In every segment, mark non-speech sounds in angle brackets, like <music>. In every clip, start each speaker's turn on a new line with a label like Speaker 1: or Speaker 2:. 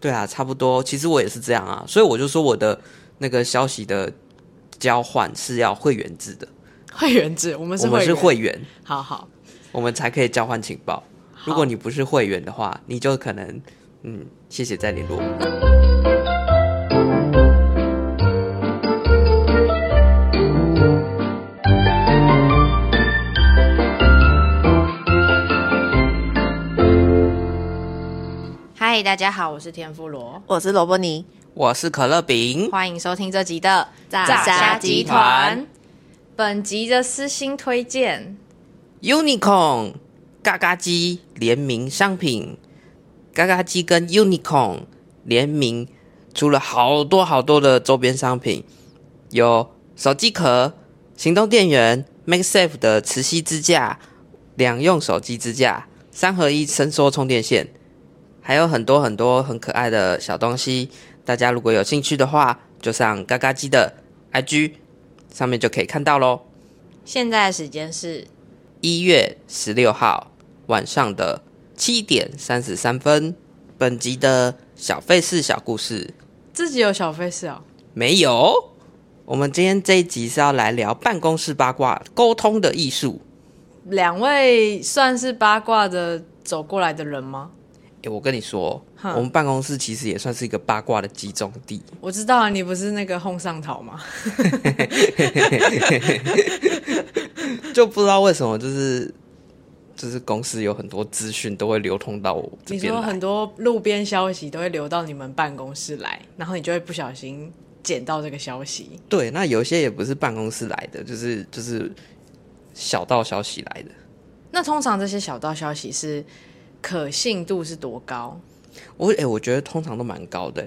Speaker 1: 对啊，差不多。其实我也是这样啊，所以我就说我的那个消息的交换是要会员制的，
Speaker 2: 会员制，我们是
Speaker 1: 我
Speaker 2: 会
Speaker 1: 们
Speaker 2: 员，
Speaker 1: 是会员，
Speaker 2: 好好，
Speaker 1: 我们才可以交换情报。
Speaker 2: 好
Speaker 1: 如果你不是会员的话，你就可能嗯，谢谢再联络。
Speaker 2: 嗨，大家好，我是田富罗，
Speaker 3: 我是罗伯尼，
Speaker 1: 我是可乐饼，
Speaker 2: 欢迎收听这集的炸
Speaker 3: 虾
Speaker 1: 集团。
Speaker 2: 本集的私心推荐，
Speaker 1: Unicorn 嘎嘎鸡联名商品，嘎嘎鸡跟 Unicorn 联名出了好多好多的周边商品，有手机壳、行动电源、MagSafe 的磁吸支架、两用手机支架、三合一伸缩充电线，还有很多很多很可爱的小东西。大家如果有兴趣的话，就上嘎嘎鸡的 IG 上面就可以看到喽。
Speaker 2: 现在的时间是
Speaker 1: 一月十六号晚上的七点三十三分。本集的小费事小故事
Speaker 2: 自己有小费事哦，
Speaker 1: 没有。我们今天这一集是要来聊办公室八卦、沟通的艺术。
Speaker 2: 两位算是八卦的走过来的人吗？
Speaker 1: 诶我跟你说，
Speaker 2: 哼
Speaker 1: 我们办公室其实也算是一个八卦的集中地。
Speaker 2: 我知道啊，你不是那个哄上桃吗？
Speaker 1: 就不知道为什么，就是就是公司有很多资讯都会流通到我这
Speaker 2: 你
Speaker 1: 边
Speaker 2: 说
Speaker 1: 来
Speaker 2: 很。多路边消息都会流到你们办公室来，然后你就会不小心捡到这个消息。
Speaker 1: 对，那有些也不是办公室来的，就是就是小道消息来的。
Speaker 2: 那通常这些小道消息是可信度是多高？
Speaker 1: 我诶、我觉得通常都蛮高的、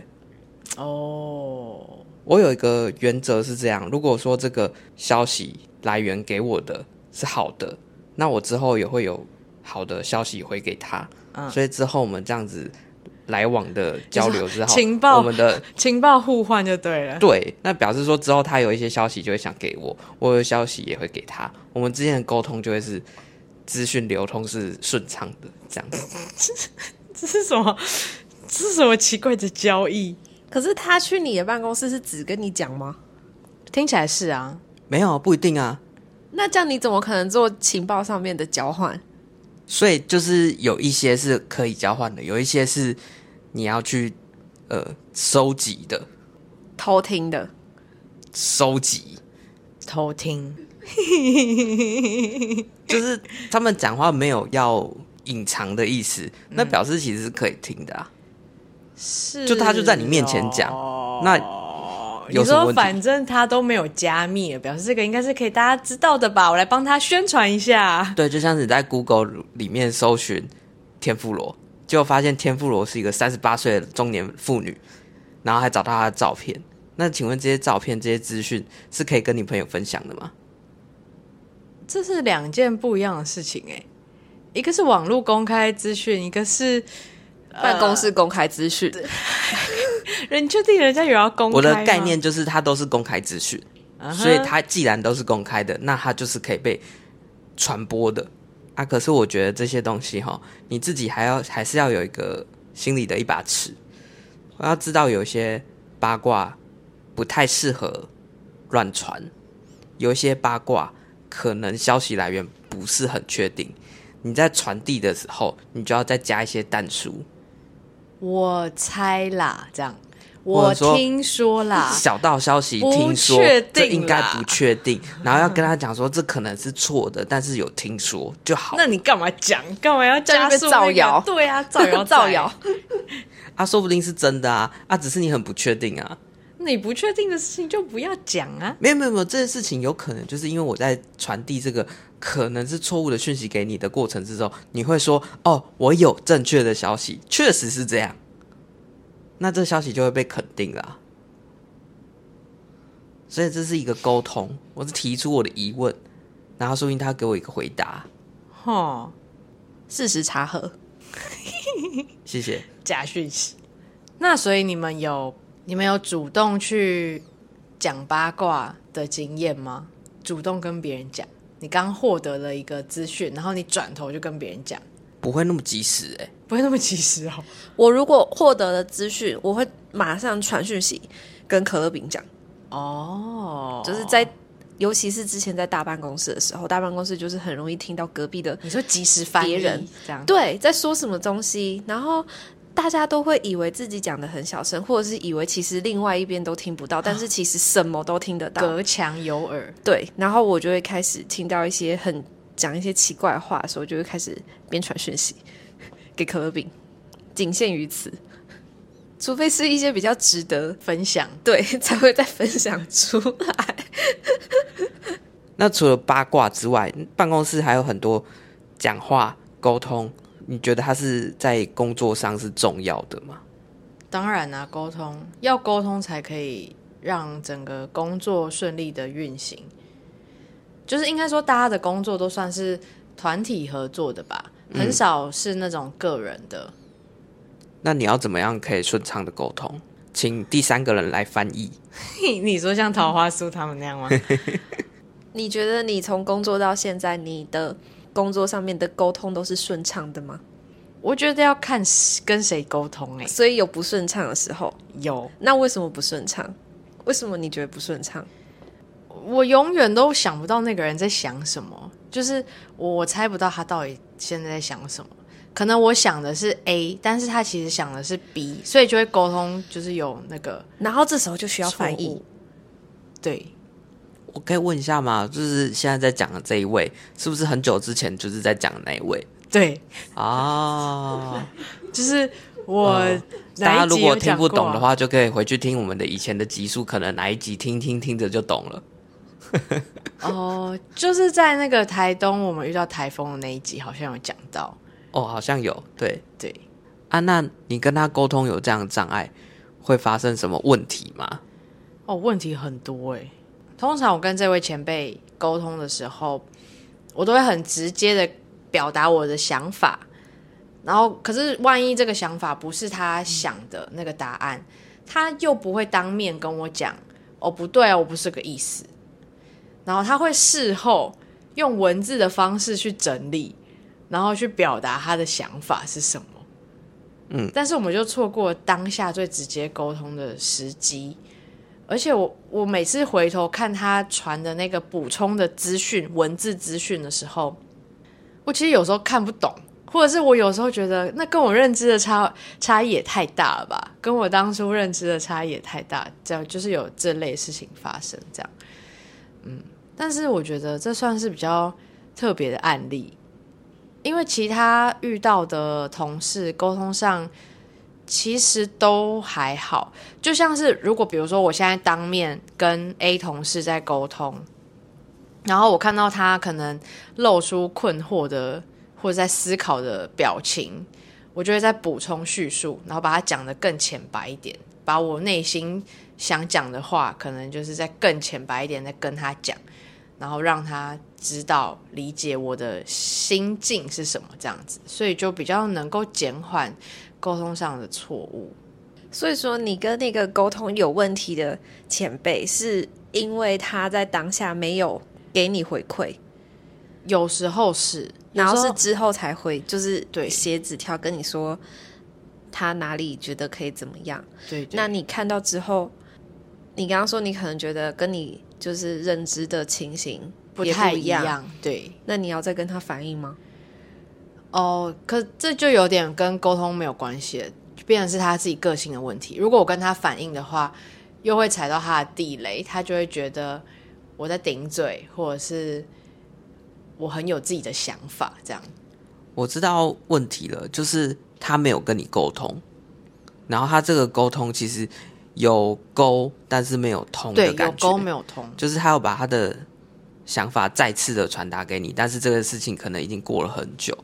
Speaker 2: 哦，
Speaker 1: 我有一个原则是这样：如果说这个消息来源给我的是好的，那我之后也会有好的消息回给他。
Speaker 2: 嗯
Speaker 1: 所以之后我们这样子来往的交流之后，
Speaker 2: 情报
Speaker 1: 我们的
Speaker 2: 情报互换就对了。
Speaker 1: 对，那表示说之后他有一些消息就会想给我，我有消息也会给他，我们之间的沟通就会是资讯流通是顺畅的这样子。
Speaker 2: 这是什么？这是什么奇怪的交易？
Speaker 3: 可是他去你的办公室是只跟你讲吗？
Speaker 2: 听起来是啊，
Speaker 1: 没有不一定啊，
Speaker 3: 那这样你怎么可能做情报上面的交换？
Speaker 1: 所以就是有一些是可以交换的，有一些是你要去呃收集的，
Speaker 3: 偷听的，
Speaker 1: 收集
Speaker 2: 偷听。
Speaker 1: 就是他们讲话没有要隐藏的意思，那表示其实是可以听的啊。
Speaker 2: 是
Speaker 1: 就他就在你面前讲
Speaker 2: 嗯哦
Speaker 1: 那有
Speaker 2: 你
Speaker 1: 什么
Speaker 2: 说
Speaker 1: 问题
Speaker 2: 反正他都没有加密了，表示这个应该是可以大家知道的吧？我来帮他宣传一下。
Speaker 1: 对，就像是你在 Google 里面搜寻天妇罗，结果发现天妇罗是一个三十八岁的中年妇女，然后还找到她的照片。那请问这些照片、这些资讯是可以跟你朋友分享的吗？
Speaker 2: 这是两件不一样的事情哎、一个是网络公开资讯，一个是呃
Speaker 3: 办公室公开资讯，
Speaker 2: 人确定人家有要公开
Speaker 1: 我的
Speaker 2: 吗
Speaker 1: 概念就是它都是公开资讯，
Speaker 2: 啊哈
Speaker 1: 所以它既然都是公开的，那它就是可以被传播的啊。可是我觉得这些东西哈，你自己还要还是要有一个心里的一把尺，我要知道有些八卦不太适合乱传，有一些八卦可能消息来源不是很确定。你在传递的时候，你就要再加一些淡书，
Speaker 2: 我猜啦，这样
Speaker 1: 或
Speaker 2: 我
Speaker 1: 者说
Speaker 2: 听说啦，
Speaker 1: 小道消息，
Speaker 2: 啊不
Speaker 1: 听说
Speaker 2: 确定
Speaker 1: 这应该
Speaker 2: 啦
Speaker 1: 不确定，然后要跟他讲说这可能是错的，但是有听说就好。
Speaker 2: 那你干嘛讲？干嘛要加速、那个、
Speaker 3: 在那边造
Speaker 2: <laughs>
Speaker 3: 谣
Speaker 2: 对啊， <laughs> 造谣
Speaker 3: 造谣。
Speaker 1: 啊，说不定是真的啊，啊，只是你很不确定啊。
Speaker 2: 你不确定的事情就不要讲啊。
Speaker 1: 没有没有没有，这件事情有可能就是因为我在传递这个可能是错误的讯息给你的过程之中，你会说哦，我有正确的消息，确实是这样，那这消息就会被肯定了啊。所以这是一个沟通，我是提出我的疑问，然后说不定他给我一个回答。
Speaker 2: 吼，
Speaker 3: 事实查核。
Speaker 1: 谢谢。
Speaker 2: 假讯息。那所以你们有你们有主动去讲八卦的经验吗？主动跟别人讲，你刚获得了一个资讯，然后你转头就跟别人讲，
Speaker 1: 不会那么及时哎、
Speaker 2: 不会那么及时哦。
Speaker 3: 我如果获得了资讯，我会马上传讯息跟可乐饼讲，
Speaker 2: 哦，
Speaker 3: 就是在。尤其是之前在大办公室的时候，大办公室就是很容易听到隔壁的
Speaker 2: 你说及时翻
Speaker 3: 别
Speaker 2: 译
Speaker 3: 人
Speaker 2: 这样，
Speaker 3: 对，在说什么东西，然后大家都会以为自己讲的很小声，或者是以为其实另外一边都听不到，但是其实什么都听得到。
Speaker 2: 啊隔墙有耳。
Speaker 3: 对，然后我就会开始听到一些很讲一些奇怪的话的时候，我就会开始边传讯息 <laughs> 给可乐饼，仅限于此。除非是一些比较值得
Speaker 2: 分享
Speaker 3: <laughs> 对才会再分享出来。
Speaker 1: 那除了八卦之外，办公室还有很多讲话沟通，你觉得它是在工作上是重要的吗？
Speaker 2: 当然啊，沟通要沟通才可以让整个工作顺利的运行。就是应该说，大家的工作都算是团体合作的吧，很少哦是那种个人的。
Speaker 1: 那你要怎么样可以顺畅的沟通？请第三个人来翻译。
Speaker 2: <laughs> 你说像桃花酥他们那样吗？
Speaker 3: 你觉得你从工作到现在，你的工作上面的沟通都是顺畅的吗？
Speaker 2: <laughs> 我觉得要看跟谁沟通哎、
Speaker 3: 所以有不顺畅的时候，
Speaker 2: 有
Speaker 3: 那为什么不顺畅？为什么你觉得不顺畅？
Speaker 2: 我永远都想不到那个人在想什么，就是我我猜不到他到底现在在想什么。可能我想的是 A，但是他其实想的是 B，所以就会沟通就是有那个
Speaker 3: 然后这时候就需要翻
Speaker 2: 错
Speaker 3: 译
Speaker 2: 误。对，
Speaker 1: 我可以问一下吗？就是现在在讲的这一位，是不是很久之前就是在讲的那一位
Speaker 2: 对， <laughs>
Speaker 1: 啊？
Speaker 2: 就是我、
Speaker 1: 哦大家
Speaker 2: 哪一集
Speaker 1: 如果
Speaker 2: 有
Speaker 1: 听
Speaker 2: 讲
Speaker 1: 不懂
Speaker 2: 过啊
Speaker 1: 的，话，就可以回去听我们的以前的集数，可能哪一集听听听着就懂了。
Speaker 2: 哦，就是在那个台东我们遇到台风的那一集，好像有讲到。
Speaker 1: 哦，好像有对
Speaker 2: 对，
Speaker 1: 啊。那你跟他沟通有这样的障碍，会发生什么问题吗？
Speaker 2: 哦，问题很多哎、通常我跟这位前辈沟通的时候，我都会很直接的表达我的想法，然后可是万一这个想法不是他想的那个答案，他又不会当面跟我讲哦，不对啊，我不是这个意思。然后他会事后用文字的方式去整理，然后去表达他的想法是什么。嗯，但是我们就错过当下最直接沟通的时机。而且我我每次回头看他传的那个补充的资讯、文字资讯的时候，我其实有时候看不懂，或者是我有时候觉得那跟我认知的差差异也太大了吧，跟我当初认知的差异也太大，这样就是有这类事情发生这样。嗯，但是我觉得这算是比较特别的案例，因为其他遇到的同事沟通上其实都还好。就像是如果比如说我现在当面跟 A 同事在沟通，然后我看到他可能露出困惑的或者在思考的表情，我就会再补充叙述，然后把它讲得更浅白一点，把我内心想讲的话，可能就是在更浅白一点再跟他讲，然后让他知道理解我的心境是什么这样子，所以就比较能够减缓沟通上的错误。
Speaker 3: 所以说，你跟那个沟通有问题的前辈，是因为他在当下没有给你回馈，
Speaker 2: 有时候是，
Speaker 3: 然
Speaker 2: 有
Speaker 3: 后
Speaker 2: 时
Speaker 3: 是
Speaker 2: 候
Speaker 3: 之后才会就是
Speaker 2: 对
Speaker 3: 写纸条跟你说他哪里觉得可以怎么样。
Speaker 2: 对对
Speaker 3: 那你看到之后，你刚刚说你可能觉得跟你就是认知的情形
Speaker 2: 嗯不
Speaker 3: 也
Speaker 2: 太
Speaker 3: 一
Speaker 2: 一样，对
Speaker 3: 那你要再跟他反映吗？
Speaker 2: 哦。可这就有点跟沟通没有关系了，变成是他自己个性的问题。如果我跟他反映的话，又会踩到他的地雷，他就会觉得我在顶嘴，或者是我很有自己的想法这样。
Speaker 1: 我知道问题了，就是他没有跟你沟通，然后他这个沟通其实有沟，但是没有通
Speaker 2: 对，
Speaker 1: 的
Speaker 2: 有
Speaker 1: 感觉，
Speaker 2: 沟没有通，
Speaker 1: 就是他要把他的想法再次的传达给你，但是这个事情可能已经过了很久，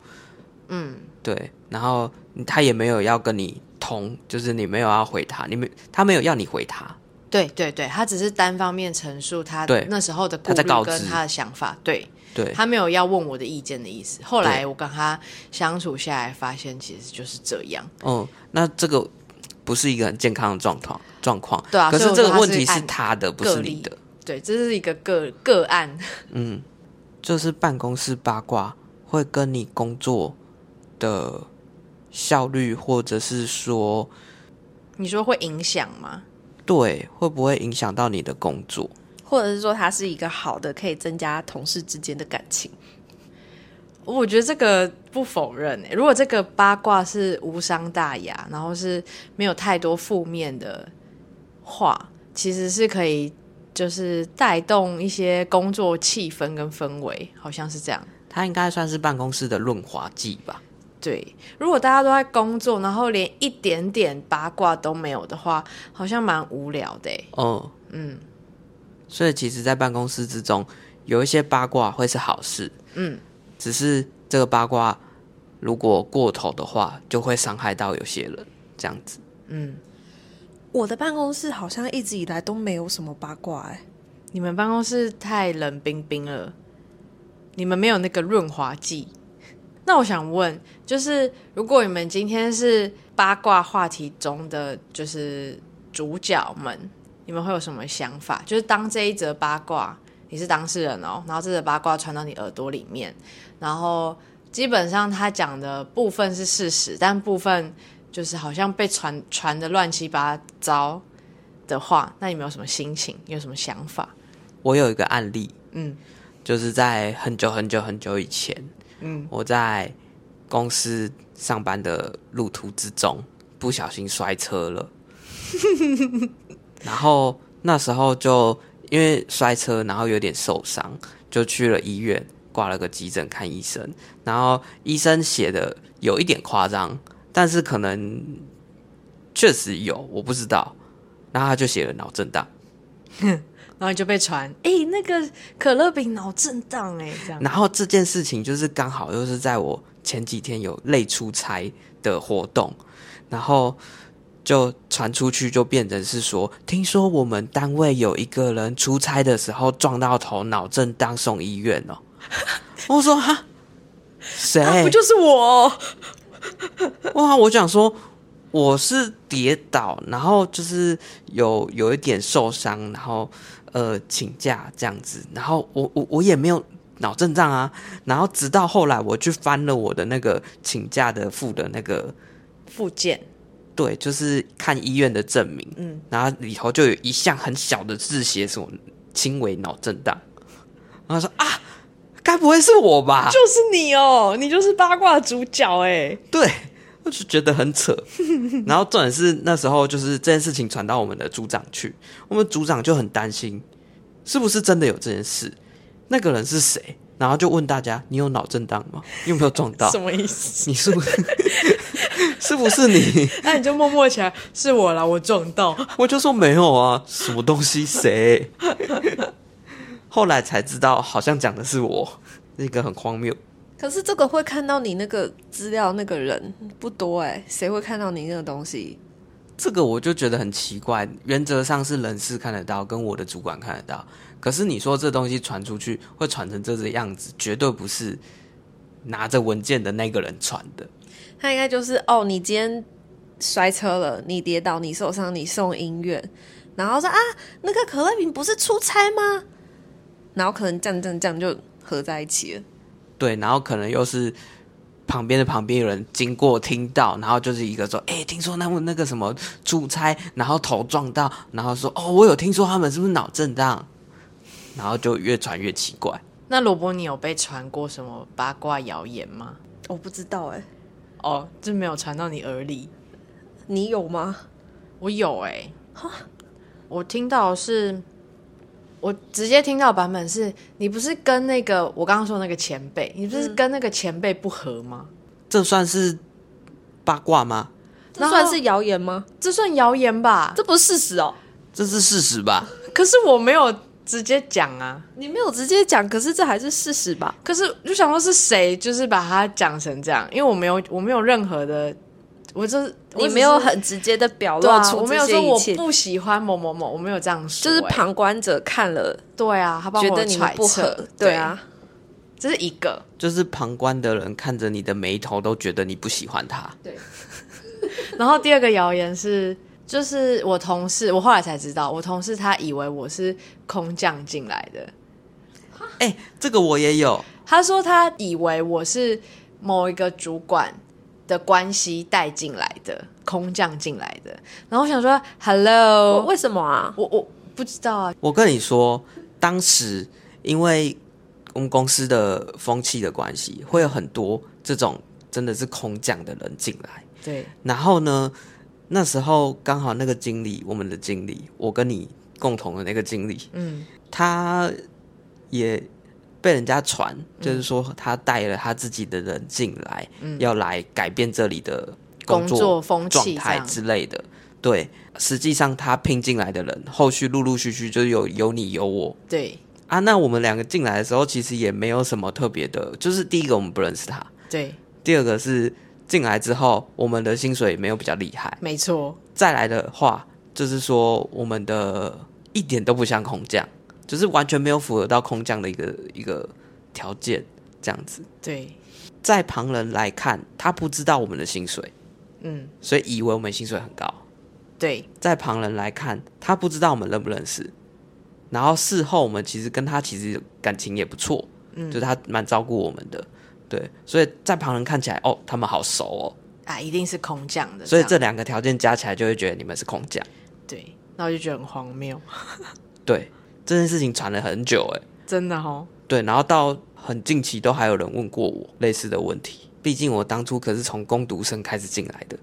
Speaker 1: 嗯，对，然后他也没有要跟你通，就是你没有要回他，你没他没有要你回他，
Speaker 2: 对对对，他只是单方面陈述他
Speaker 1: 对
Speaker 2: 那时候的顾
Speaker 1: 他在告
Speaker 2: 虑跟
Speaker 1: 知
Speaker 2: 他的想法，对。
Speaker 1: 对，
Speaker 2: 他没有要问我的意见的意思。后
Speaker 1: 对
Speaker 2: 来我跟他相处下来，发现其实就是这样。
Speaker 1: 哦、那这个不是一个很健康的状况状况，
Speaker 2: 对啊
Speaker 1: 可
Speaker 2: 所以
Speaker 1: 是
Speaker 2: 我
Speaker 1: 这个
Speaker 2: 说他
Speaker 1: 问
Speaker 2: 是
Speaker 1: 题是
Speaker 2: 按
Speaker 1: 他的，不是
Speaker 2: 个
Speaker 1: 你
Speaker 2: 例
Speaker 1: 的。嗯
Speaker 2: 对，这是一个个个案，
Speaker 1: 就是办公室八卦会跟你工作的效率，或者是说，
Speaker 2: 你说会影响吗？
Speaker 1: 对，会不会影响到你的工作？
Speaker 3: 或者是说它是一个好的，可以增加同事之间的感情。
Speaker 2: 我觉得这个不否认、欸，如果这个八卦是无伤大雅，然后是没有太多负面的话，其实是可以就是带动一些工作气氛跟氛围，好像是这样。
Speaker 1: 它应该算是办公室的润滑剂吧？
Speaker 2: 对，如果大家都在工作，然后连一点点八卦都没有的话，好像蛮无聊的、欸。
Speaker 1: 嗯嗯，所以其实，在办公室之中，有一些八卦会是好事，
Speaker 2: 嗯，
Speaker 1: 只是这个八卦如果过头的话，就会伤害到有些人，这样子。
Speaker 2: 嗯，
Speaker 3: 我的办公室好像一直以来都没有什么八卦、哎，
Speaker 2: 你们办公室太冷冰冰了，你们没有那个润滑剂。 <laughs> 那我想问，就是如果你们今天是八卦话题中的就是主角们，你们会有什么想法？就是当这一则八卦你是当事人哦，然后这则八卦传到你耳朵里面，然后基本上他讲的部分是事实，但部分就是好像被传传的乱七八糟的话，那你们有什么心情？有什么想法？
Speaker 1: 我有一个案例，
Speaker 2: 嗯
Speaker 1: 就是在很久很久很久以前，
Speaker 2: 嗯，
Speaker 1: 我在公司上班的路途之中不小心摔车了，然后那时候就因为摔车，然后有点受伤，就去了医院挂了个急诊看医生，然后医生写的有一点夸张，但是可能确实有，我不知道，然后他就写了脑震荡。
Speaker 2: 然后你就被传，哎、那个可乐饼脑震荡、哎，这样，
Speaker 1: 然后这件事情就是刚好又是在我前几天有类出差的活动，然后就传出去，就变成是说，听说我们单位有一个人出差的时候撞到头，脑震荡送医院哦。我说哈，谁？
Speaker 2: 啊哎
Speaker 3: 不就是我、
Speaker 2: 哦
Speaker 1: 哇，我想说我是跌倒，然后就是有有一点受伤，然后呃请假这样子，然后我我我也没有脑震荡啊，然后直到后来我去翻了我的那个请假的付的那个。
Speaker 2: 附件，
Speaker 1: 对，就是看医院的证明，
Speaker 2: 嗯
Speaker 1: 嗯，然后里头就有一项很小的字写什么轻微脑震荡，然后说啊，该不会是我吧？
Speaker 2: 就是你哦，你就是八卦主角哎、
Speaker 1: 对，我就觉得很扯。 <laughs> 然后重点是那时候就是这件事情传到我们的组长去，我们组长就很担心，是不是真的有这件事？那个人是谁？然后就问大家：你有脑震荡吗？你有没有撞到
Speaker 2: 什？么意思？ <laughs>
Speaker 1: 你是不 <laughs> 是是不是你？ <laughs>
Speaker 2: 那你就默默起来，是我啦，我撞到。
Speaker 1: 我就说没有啊，什么东西谁？ <laughs> 后来才知道，好像讲的是我，那个很荒谬。
Speaker 3: 可是这个会看到你那个资料那个人不多哎、谁会看到你那个东西？
Speaker 1: 这个我就觉得很奇怪，原则上是人事看得到，跟我的主管看得到。可是你说这东西传出去会传成这个样子，绝对不是拿着文件的那个人传的。
Speaker 3: 他应该就是哦，你今天摔车了，你跌倒，你受伤，你送医院，然后说啊，那个可乐饼不是出差吗？然后可能这样这样这样就合在一起了。
Speaker 1: 对，然后可能又是旁边的旁边有人经过听到，然后就是一个说：“哎、听说他们那个什么出差，然后头撞到，然后说哦，我有听说他们是不是脑震荡？”然后就越传越奇怪。
Speaker 2: <laughs> 那罗伯，你有被传过什么八卦谣言吗？
Speaker 3: 我不知道哎、
Speaker 2: 哦，这没有传到你耳里。
Speaker 3: 你有吗？
Speaker 2: 我有哎、我听到的是，我直接听到的版本是你不是跟那个我刚刚说的那个前辈，你不是跟那个前辈不和吗？
Speaker 1: 这算是八卦吗？
Speaker 3: 这
Speaker 2: 然后
Speaker 3: 算是谣言吗？
Speaker 2: 这算谣言吧？
Speaker 3: 这不是事实哦。
Speaker 1: 这是事实吧？
Speaker 2: 可是我没有直接讲啊。
Speaker 3: 你没有直接讲，可是这还是事实吧？
Speaker 2: 可是就想说是谁，就是把它讲成这样，因为我没有我没有任何的，我就是
Speaker 3: 你没有
Speaker 2: 我只是
Speaker 3: 很直接的表
Speaker 2: 对
Speaker 3: 露
Speaker 2: 啊，
Speaker 3: 出
Speaker 2: 我没
Speaker 3: 这
Speaker 2: 有
Speaker 3: 些
Speaker 2: 说
Speaker 3: 一
Speaker 2: 我
Speaker 3: 切，
Speaker 2: 不喜欢某某某，我没有这样说、
Speaker 3: 就是
Speaker 2: 欸
Speaker 3: 旁观者看了
Speaker 2: 对啊，他帮
Speaker 3: 觉
Speaker 2: 我
Speaker 3: 得你们
Speaker 2: 揣
Speaker 3: 不
Speaker 2: 测
Speaker 3: 合，对啊。，
Speaker 2: 对这是一个。
Speaker 1: 就是旁观的人看着你的眉头都觉得你不喜欢他。
Speaker 2: 然后第二个谣言是，就是我同事，我后来才知道，我同事他以为我是空降进来的，
Speaker 1: 哎、这个我也有，
Speaker 2: 他说他以为我是某一个主管
Speaker 4: 的关系带进来的，空降进来的。然后我想说
Speaker 3: 我
Speaker 4: ，Hello，
Speaker 3: 为什么啊？
Speaker 4: 我我不知道啊，
Speaker 1: 我跟你说，当时因为我们公司的风气的关系，会有很多这种真的是空降的人进来。
Speaker 4: 对，
Speaker 1: 然后呢，那时候刚好那个经理，我们的经理，我跟你共同的那个经理，
Speaker 4: 嗯，
Speaker 1: 他也被人家传，
Speaker 4: 嗯
Speaker 1: 就是说他带了他自己的人进来，要来改变这里的工
Speaker 4: 工作
Speaker 1: 作
Speaker 4: 风
Speaker 1: 状
Speaker 4: 气这
Speaker 1: 态
Speaker 4: 样，
Speaker 1: 之类的。对，实际上他拼进来的人，后续陆陆续续就有有你有我
Speaker 4: 对
Speaker 1: 啊。那我们两个进来的时候，其实也没有什么特别的，就是第一个我们不认识他，
Speaker 4: 对，
Speaker 1: 第二个是进来之后我们的薪水没有比较厉害。
Speaker 4: 没错，
Speaker 1: 再来的话，就是说我们的一点都不像空降，就是完全没有符合到空降的一个一个条件，这样子。
Speaker 4: 对，
Speaker 1: 在旁人来看，他不知道我们的薪水，
Speaker 4: 嗯，
Speaker 1: 所以以为我们薪水很高。
Speaker 4: 对，
Speaker 1: 在旁人来看，他不知道我们认不认识。然后事后我们其实跟他其实感情也不错，嗯，就是他蛮照顾我们的，对，所以在旁人看起来，哦，他们好熟哦，
Speaker 4: 啊，一定是空降的，
Speaker 1: 所以
Speaker 4: 样
Speaker 1: 这两个条件加起来就会觉得你们是空降，
Speaker 4: 对，那我就觉得很荒谬，
Speaker 1: 对，这件事情传了很久，哎，
Speaker 4: 真的哦，
Speaker 1: 对，然后到很近期都还有人问过我类似的问题。毕竟我当初可是从攻读生开始进来的，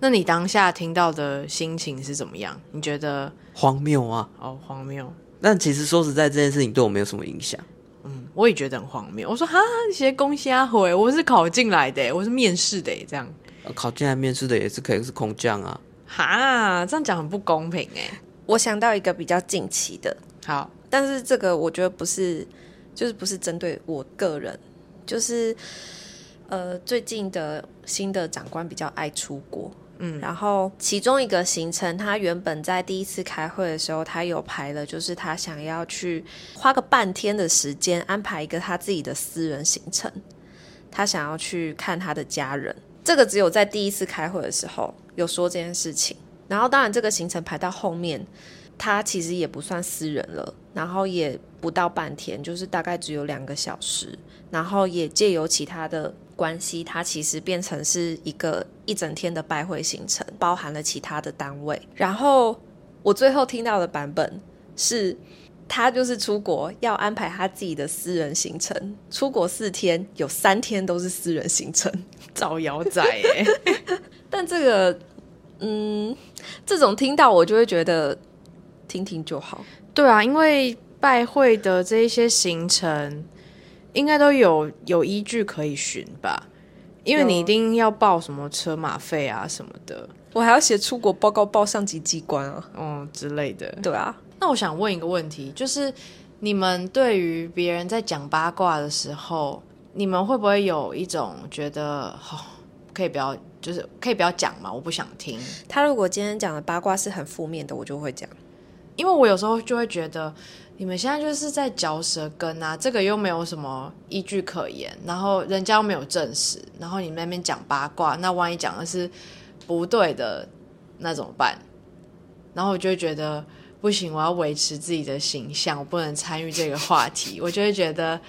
Speaker 4: 那你当下听到的心情是怎么样？你觉得
Speaker 1: 荒谬啊！
Speaker 4: 哦荒谬？
Speaker 1: 但其实说实在，这件事情对我没有什么影响。
Speaker 4: 嗯我也觉得很荒谬。我说哈，这些公虾回，我是考进来的，我是面试的，这样
Speaker 1: 呃考进来面试的也是可以是空降啊。
Speaker 4: 哈，这样讲很不公平哎。
Speaker 3: 我想到一个比较近期的，
Speaker 4: 好，
Speaker 3: 但是这个我觉得不是，就是不是针对我个人，就是呃，最近的新的长官比较爱出国，嗯，然后其中一个行程，他原本在第一次开会的时候，他有排了，就是他想要去花个半天的时间安排一个他自己的私人行程，他想要去看他的家人。这个只有在第一次开会的时候有说这件事情，然后当然这个行程排到后面，他其实也不算私人了，然后也不到半天，就是大概只有两个小时，然后也借由其他的关系，他其实变成是一个一整天的拜会行程，包含了其他的单位。然后我最后听到的版本是，他就是出国要安排他自己的私人行程，出国四天，有三天都是私人行程。 <laughs>
Speaker 4: 造谣仔
Speaker 2: 欸
Speaker 4: 哎，
Speaker 3: 但这个，嗯，这种听到我就会觉得听听就好。
Speaker 4: 对啊，因为拜会的这一些行程，应该都有有依据可以循吧。因为你
Speaker 3: 有
Speaker 4: 一定要报什么车马费啊什么的，
Speaker 3: 我还要写出国报告报上级机关啊。
Speaker 4: 嗯之类的。
Speaker 3: 对啊，
Speaker 4: 那我想问一个问题，就是你们对于别人在讲八卦的时候，你们会不会有一种觉得，哦，可以不要，就是可以不要讲嘛，我不想听。
Speaker 3: 他如果今天讲的八卦是很负面的，我就会讲。
Speaker 4: 因为我有时候就会觉得，你们现在就是在嚼舌根啊，这个又没有什么依据可言，然后人家又没有证实，然后你们在那边讲八卦，那万一讲的是不对的，那怎么办？然后我就会觉得不行，我要维持自己的形象，我不能参与这个话题，我就会觉得。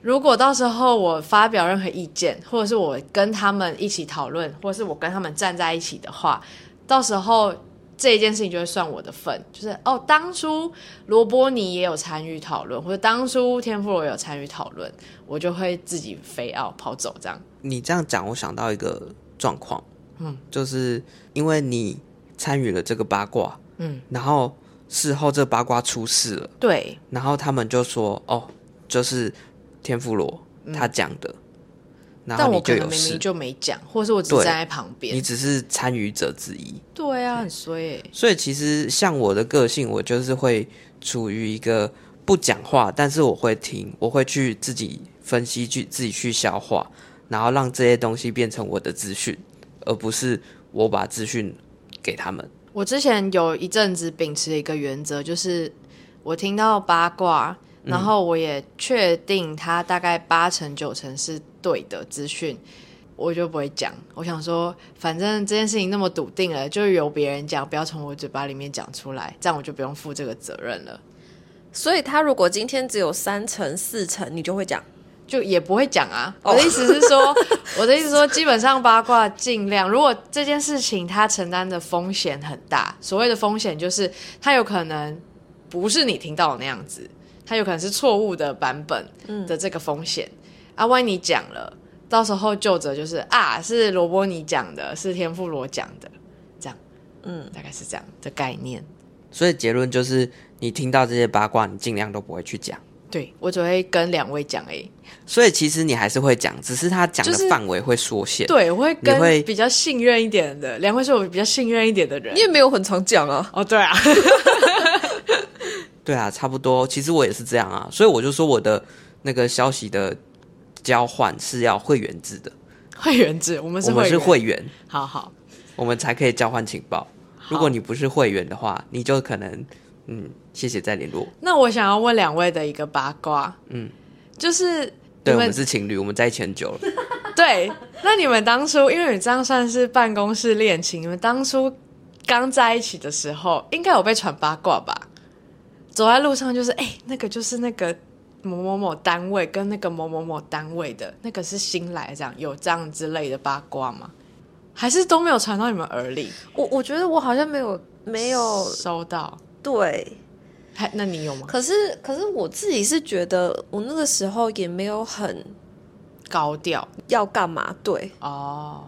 Speaker 4: 如果到时候我发表任何意见，或者是我跟他们一起讨论，或者是我跟他们站在一起的话，到时候这一件事情就会算我的份，就是哦，当初罗伯尼也有参与讨论，或者当初天妇罗也有参与讨论，我就会自己飞奥跑走这样。
Speaker 1: 你这样讲，我想到一个状况，
Speaker 4: 嗯，
Speaker 1: 就是因为你参与了这个八卦，
Speaker 4: 嗯，
Speaker 1: 然后事后这八卦出事了，
Speaker 4: 对
Speaker 1: 然后他们就说，哦，就是天妇罗他讲的，然
Speaker 4: 嗯但
Speaker 1: 后
Speaker 4: 我
Speaker 1: 你就
Speaker 4: 可能
Speaker 1: 有
Speaker 4: 明
Speaker 1: 事
Speaker 4: 明，就没讲，或者是我只是
Speaker 1: 对
Speaker 4: 站在旁
Speaker 1: 你
Speaker 4: 边。
Speaker 1: 只是参与者之一，
Speaker 4: 对啊，很衰欸、
Speaker 1: 所以其实像我的个性，我就是会处于一个不讲话，但是我会听，我会去自己分析，去自己去消化，然后让这些东西变成我的资讯，而不是我把资讯给他们。
Speaker 4: 我之前有一阵子秉持一个原则，就是我听到八卦，然后我也确定它大概八成九成是对的资讯，我就不会讲。我想说，反正这件事情那么笃定了，就由别人讲，不要从我嘴巴里面讲出来，这样我就不用负这个责任了。
Speaker 3: 所以他如果今天只有三成四成，你就会讲。
Speaker 4: 就也不会讲啊。
Speaker 1: 哦
Speaker 4: 我的意思是
Speaker 1: <laughs>
Speaker 4: 说，我的意思是说，基本上八卦尽量，如果这件事情他承担的风险很大，所谓的风险就是他有可能不是你听到的那样子，他有可能是错误的版
Speaker 1: 嗯
Speaker 4: 本的这个风险、啊。万一你讲了，到时候就责就是啊，是罗伯尼讲的，是天妇罗讲的，这样，嗯，大概是这样的概念。
Speaker 1: 所以结论就是，你听到这些八卦，你尽量都不会去讲。
Speaker 4: 对我只会跟两位讲而已。
Speaker 1: 所以其实你还是会讲，只是他讲的
Speaker 4: 就是
Speaker 1: 范围会缩限。
Speaker 4: 对，我会跟
Speaker 1: 你会
Speaker 4: 比较信任一点的，梁慧是我比较信任一点的人
Speaker 3: 你。也没有很常讲啊。
Speaker 4: 哦，对啊，
Speaker 1: 对啊，差不多。其实我也是这样啊，所以我就说我的那个消息的交换是要会员制的，
Speaker 4: 会员制，我们是
Speaker 1: 我
Speaker 4: 会
Speaker 1: 们
Speaker 4: 员，
Speaker 1: 是会员，
Speaker 4: 好好
Speaker 1: 我们才可以交换情报。
Speaker 4: 好
Speaker 1: 如果你不是会员的话，你就可能嗯，谢谢再联络。
Speaker 4: 那我想要问两位的一个八卦，嗯，就是你
Speaker 1: 对，我
Speaker 4: 们
Speaker 1: 们是情侣，我们在一起很久了。
Speaker 4: 对，那你们当初，因为你这样算是办公室恋情，你们当初刚在一起的时候，应该有被传八卦吧？走在路上就是，哎、那个就是那个某某某单位跟那个某某某单位的那个是新来，这样有这样之类的八卦吗？还是都没有传到你们耳里？
Speaker 3: 我我觉得我好像没有没有
Speaker 4: 收到？
Speaker 3: 对，
Speaker 4: 还那你有吗？
Speaker 3: 可是可是我自己是觉得我那个时候也没有很
Speaker 4: 高调
Speaker 3: 要干嘛，对
Speaker 4: 哦，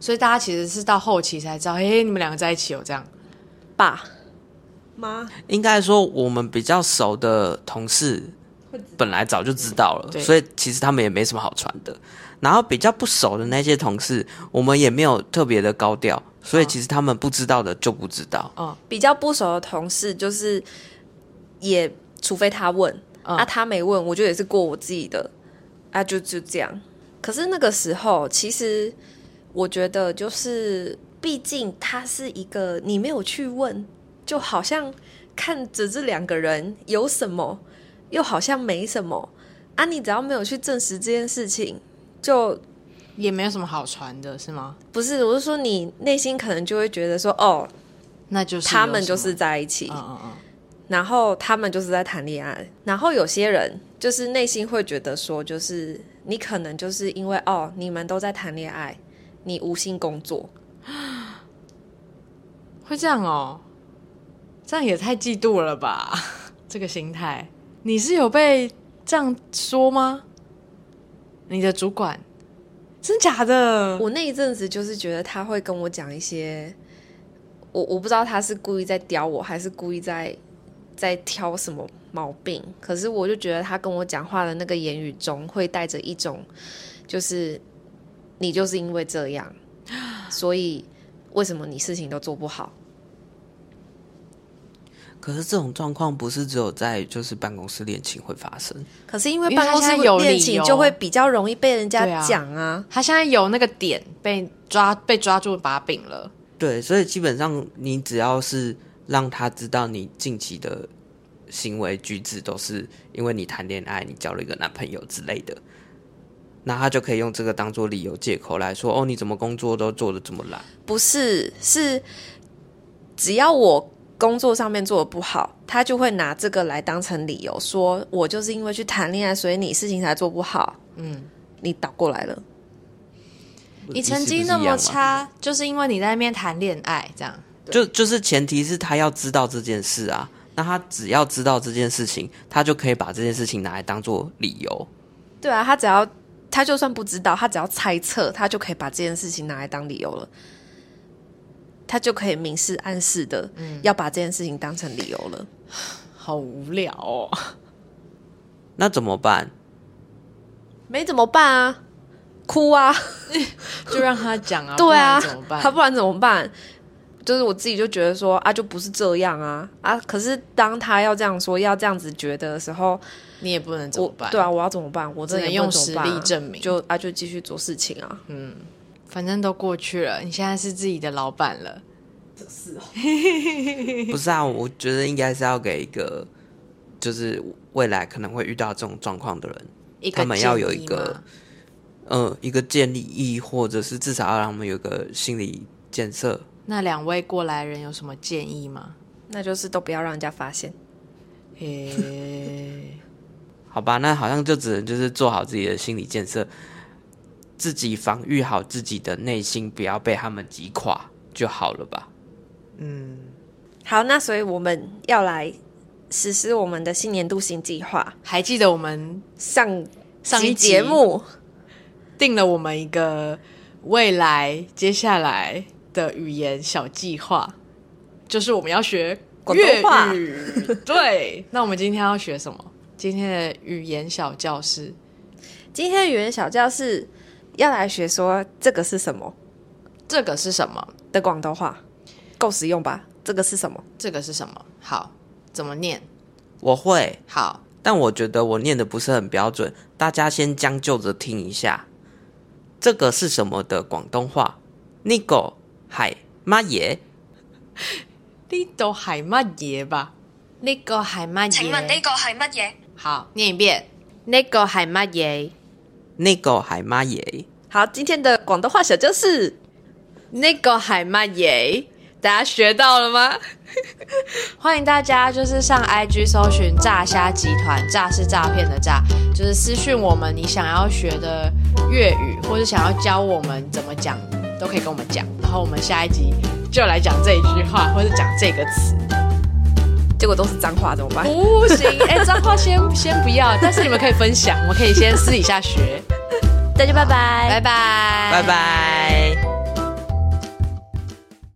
Speaker 4: 所以大家其实是到后期才知道，嘿、你们两个在一起有这样
Speaker 3: 爸妈
Speaker 1: 应该说，我们比较熟的同事本来早就知道了，
Speaker 4: 对
Speaker 1: 所以其实他们也没什么好传的。然后比较不熟的那些同事，我们也没有特别的高调，所以其实他们不知道的就不知道。
Speaker 3: 比较不熟的同事，就是也除非他问、
Speaker 4: 嗯
Speaker 3: 啊，他没问，我就也是过我自己的啊，就就这样。可是那个时候，其实我觉得就是，毕竟他是一个你没有去问，就好像看着这两个人有什么，又好像没什么啊。你只要没有去证实这件事情，就
Speaker 4: 也没有什么好传的，是吗？
Speaker 3: 不是，我是说你内心可能就会觉得说，哦，
Speaker 4: 那就是
Speaker 3: 他
Speaker 4: 有
Speaker 3: 们
Speaker 4: 什
Speaker 3: 就
Speaker 4: 么
Speaker 3: 是在一起，
Speaker 4: 嗯嗯嗯。
Speaker 3: 然后他们就是在谈恋爱，然后有些人就是内心会觉得说，就是你可能就是因为哦，你们都在谈恋爱，你无心工作，
Speaker 4: 会这样哦，这样也太嫉妒了吧？ <laughs> 这个心态，你是有被这样说吗？你的主管，真假的？
Speaker 3: 我那一阵子就是觉得他会跟我讲一些，我我不知道他是故意在刁我，还是故意在在挑什么毛病。可是我就觉得他跟我讲话的那个言语中会带着一种，就是你就是因为这样，所以为什么你事情都做不好？
Speaker 1: 可是这种状况不是只有在就是办公室恋情会发生，
Speaker 3: 可是因为
Speaker 4: 因为
Speaker 3: 办
Speaker 4: 他
Speaker 3: 公室
Speaker 4: 现在有
Speaker 3: 恋
Speaker 4: 理
Speaker 3: 情
Speaker 4: 由
Speaker 3: 就会比较容易被人
Speaker 4: 对
Speaker 3: 家
Speaker 4: 啊
Speaker 3: 讲啊，
Speaker 4: 他现在有那个点被抓被抓住把柄了，
Speaker 1: 对，所以基本上你只要是让他知道你近期的行为举止都是因为你谈恋爱，你交了一个男朋友之类的，那他就可以用这个当做理由借口来说，哦，你怎么工作都做的这么烂？
Speaker 3: 不是是只要我工作上面做的不好，他就会拿这个来当成理由，说我就是因为去谈恋爱，所以你事情才做不好。嗯，你倒过来了，
Speaker 4: 你成绩那么，差，就是因为你在那边谈恋爱，这样
Speaker 1: 就就是前提是他要知道这件事啊。那他只要知道这件事情，他就可以把这件事情拿来当做理由。
Speaker 3: 对啊，他只要他就算不知道，他只要猜测，他就可以把这件事情拿来当理由了。他就可以明示暗示的，要把这件事情当成理由了。
Speaker 4: 好无聊哦。
Speaker 1: 那怎么办？
Speaker 3: 没怎么办啊？哭啊！
Speaker 4: <laughs> 就让他讲啊，
Speaker 3: 对啊
Speaker 4: 不然怎么，办？
Speaker 3: 他不然怎么办？就是我自己就觉得说啊，就不是这样啊啊！可是当他要这样说，要这样子觉得的时候，
Speaker 4: 你也不能怎么
Speaker 3: 我
Speaker 4: 办？
Speaker 3: 对啊，，我要怎么办？我真的
Speaker 4: 只能
Speaker 3: 也不
Speaker 4: 用
Speaker 3: 怎么办啊
Speaker 4: 实力证明
Speaker 3: 就啊，就继续做事情啊。
Speaker 4: 反正都过去了，你现在是自己的老板了，
Speaker 1: 不是啊，我觉得应该是要给一个，就是未来可能会遇到这种状况的人，
Speaker 4: 一个
Speaker 1: 他们要有
Speaker 4: 建议
Speaker 1: 一个
Speaker 4: 吗
Speaker 1: 嗯，一个建立，或者是至少要让他们有一个心理建设。
Speaker 4: 那两位过来人有什么
Speaker 2: <laughs>
Speaker 4: 建议吗？
Speaker 3: 那就是都不要让人家发现。
Speaker 4: 诶、
Speaker 1: 好吧，那好像就只能就是做好自己的心理建设，自己防御好自己的内心，不要被他们击垮就好了吧。
Speaker 3: 好，那所以我们要来实施我们的新年度新计划。
Speaker 2: 还记得我们
Speaker 3: 上
Speaker 2: 上
Speaker 3: 集
Speaker 2: 一集
Speaker 3: 节目
Speaker 2: 定了我们一个未来接下来的语言小计划，就是我们要学
Speaker 3: 广
Speaker 2: 粤
Speaker 3: 东话
Speaker 2: 语。 <laughs> 对，那我们今天要学什么？今天的语言小教室，
Speaker 3: 今天的语言小教室要来学说这个是什么
Speaker 2: 这个是什么？
Speaker 3: 的广东话，够实用吧？这个是什么？
Speaker 2: 这个是什么？好，怎么念？
Speaker 1: 我会，
Speaker 2: 好，
Speaker 1: 但我觉得我念的不是很标准，大家先将就着听一下。这个是什么的广东话？那个海妈耶，
Speaker 2: 呢度係乜嘢吧？呢個係乜嘢？
Speaker 4: 請問呢個係乜嘢？
Speaker 2: 好，念一遍。呢個係乜嘢？
Speaker 1: 那个海妈耶。
Speaker 3: 好，今天的广东话小教室，
Speaker 2: 那个海曼耶，大家学到了
Speaker 3: <laughs>
Speaker 2: 吗？欢迎大家就是上 IG 搜寻“诈虾集团”，诈是诈骗的诈，就是私讯我们你想要学的粤语，或者想要教我们怎么讲，都可以跟我们讲。然后我们下一集就来讲这一句话，或者讲这个词。
Speaker 3: 结果都是脏话，怎么办？
Speaker 2: 不行，哎、脏话先先不要，但是你们可以分享，我们可以先私底下学。
Speaker 3: 大家拜
Speaker 2: 拜
Speaker 3: 拜
Speaker 2: 拜，
Speaker 1: 拜拜。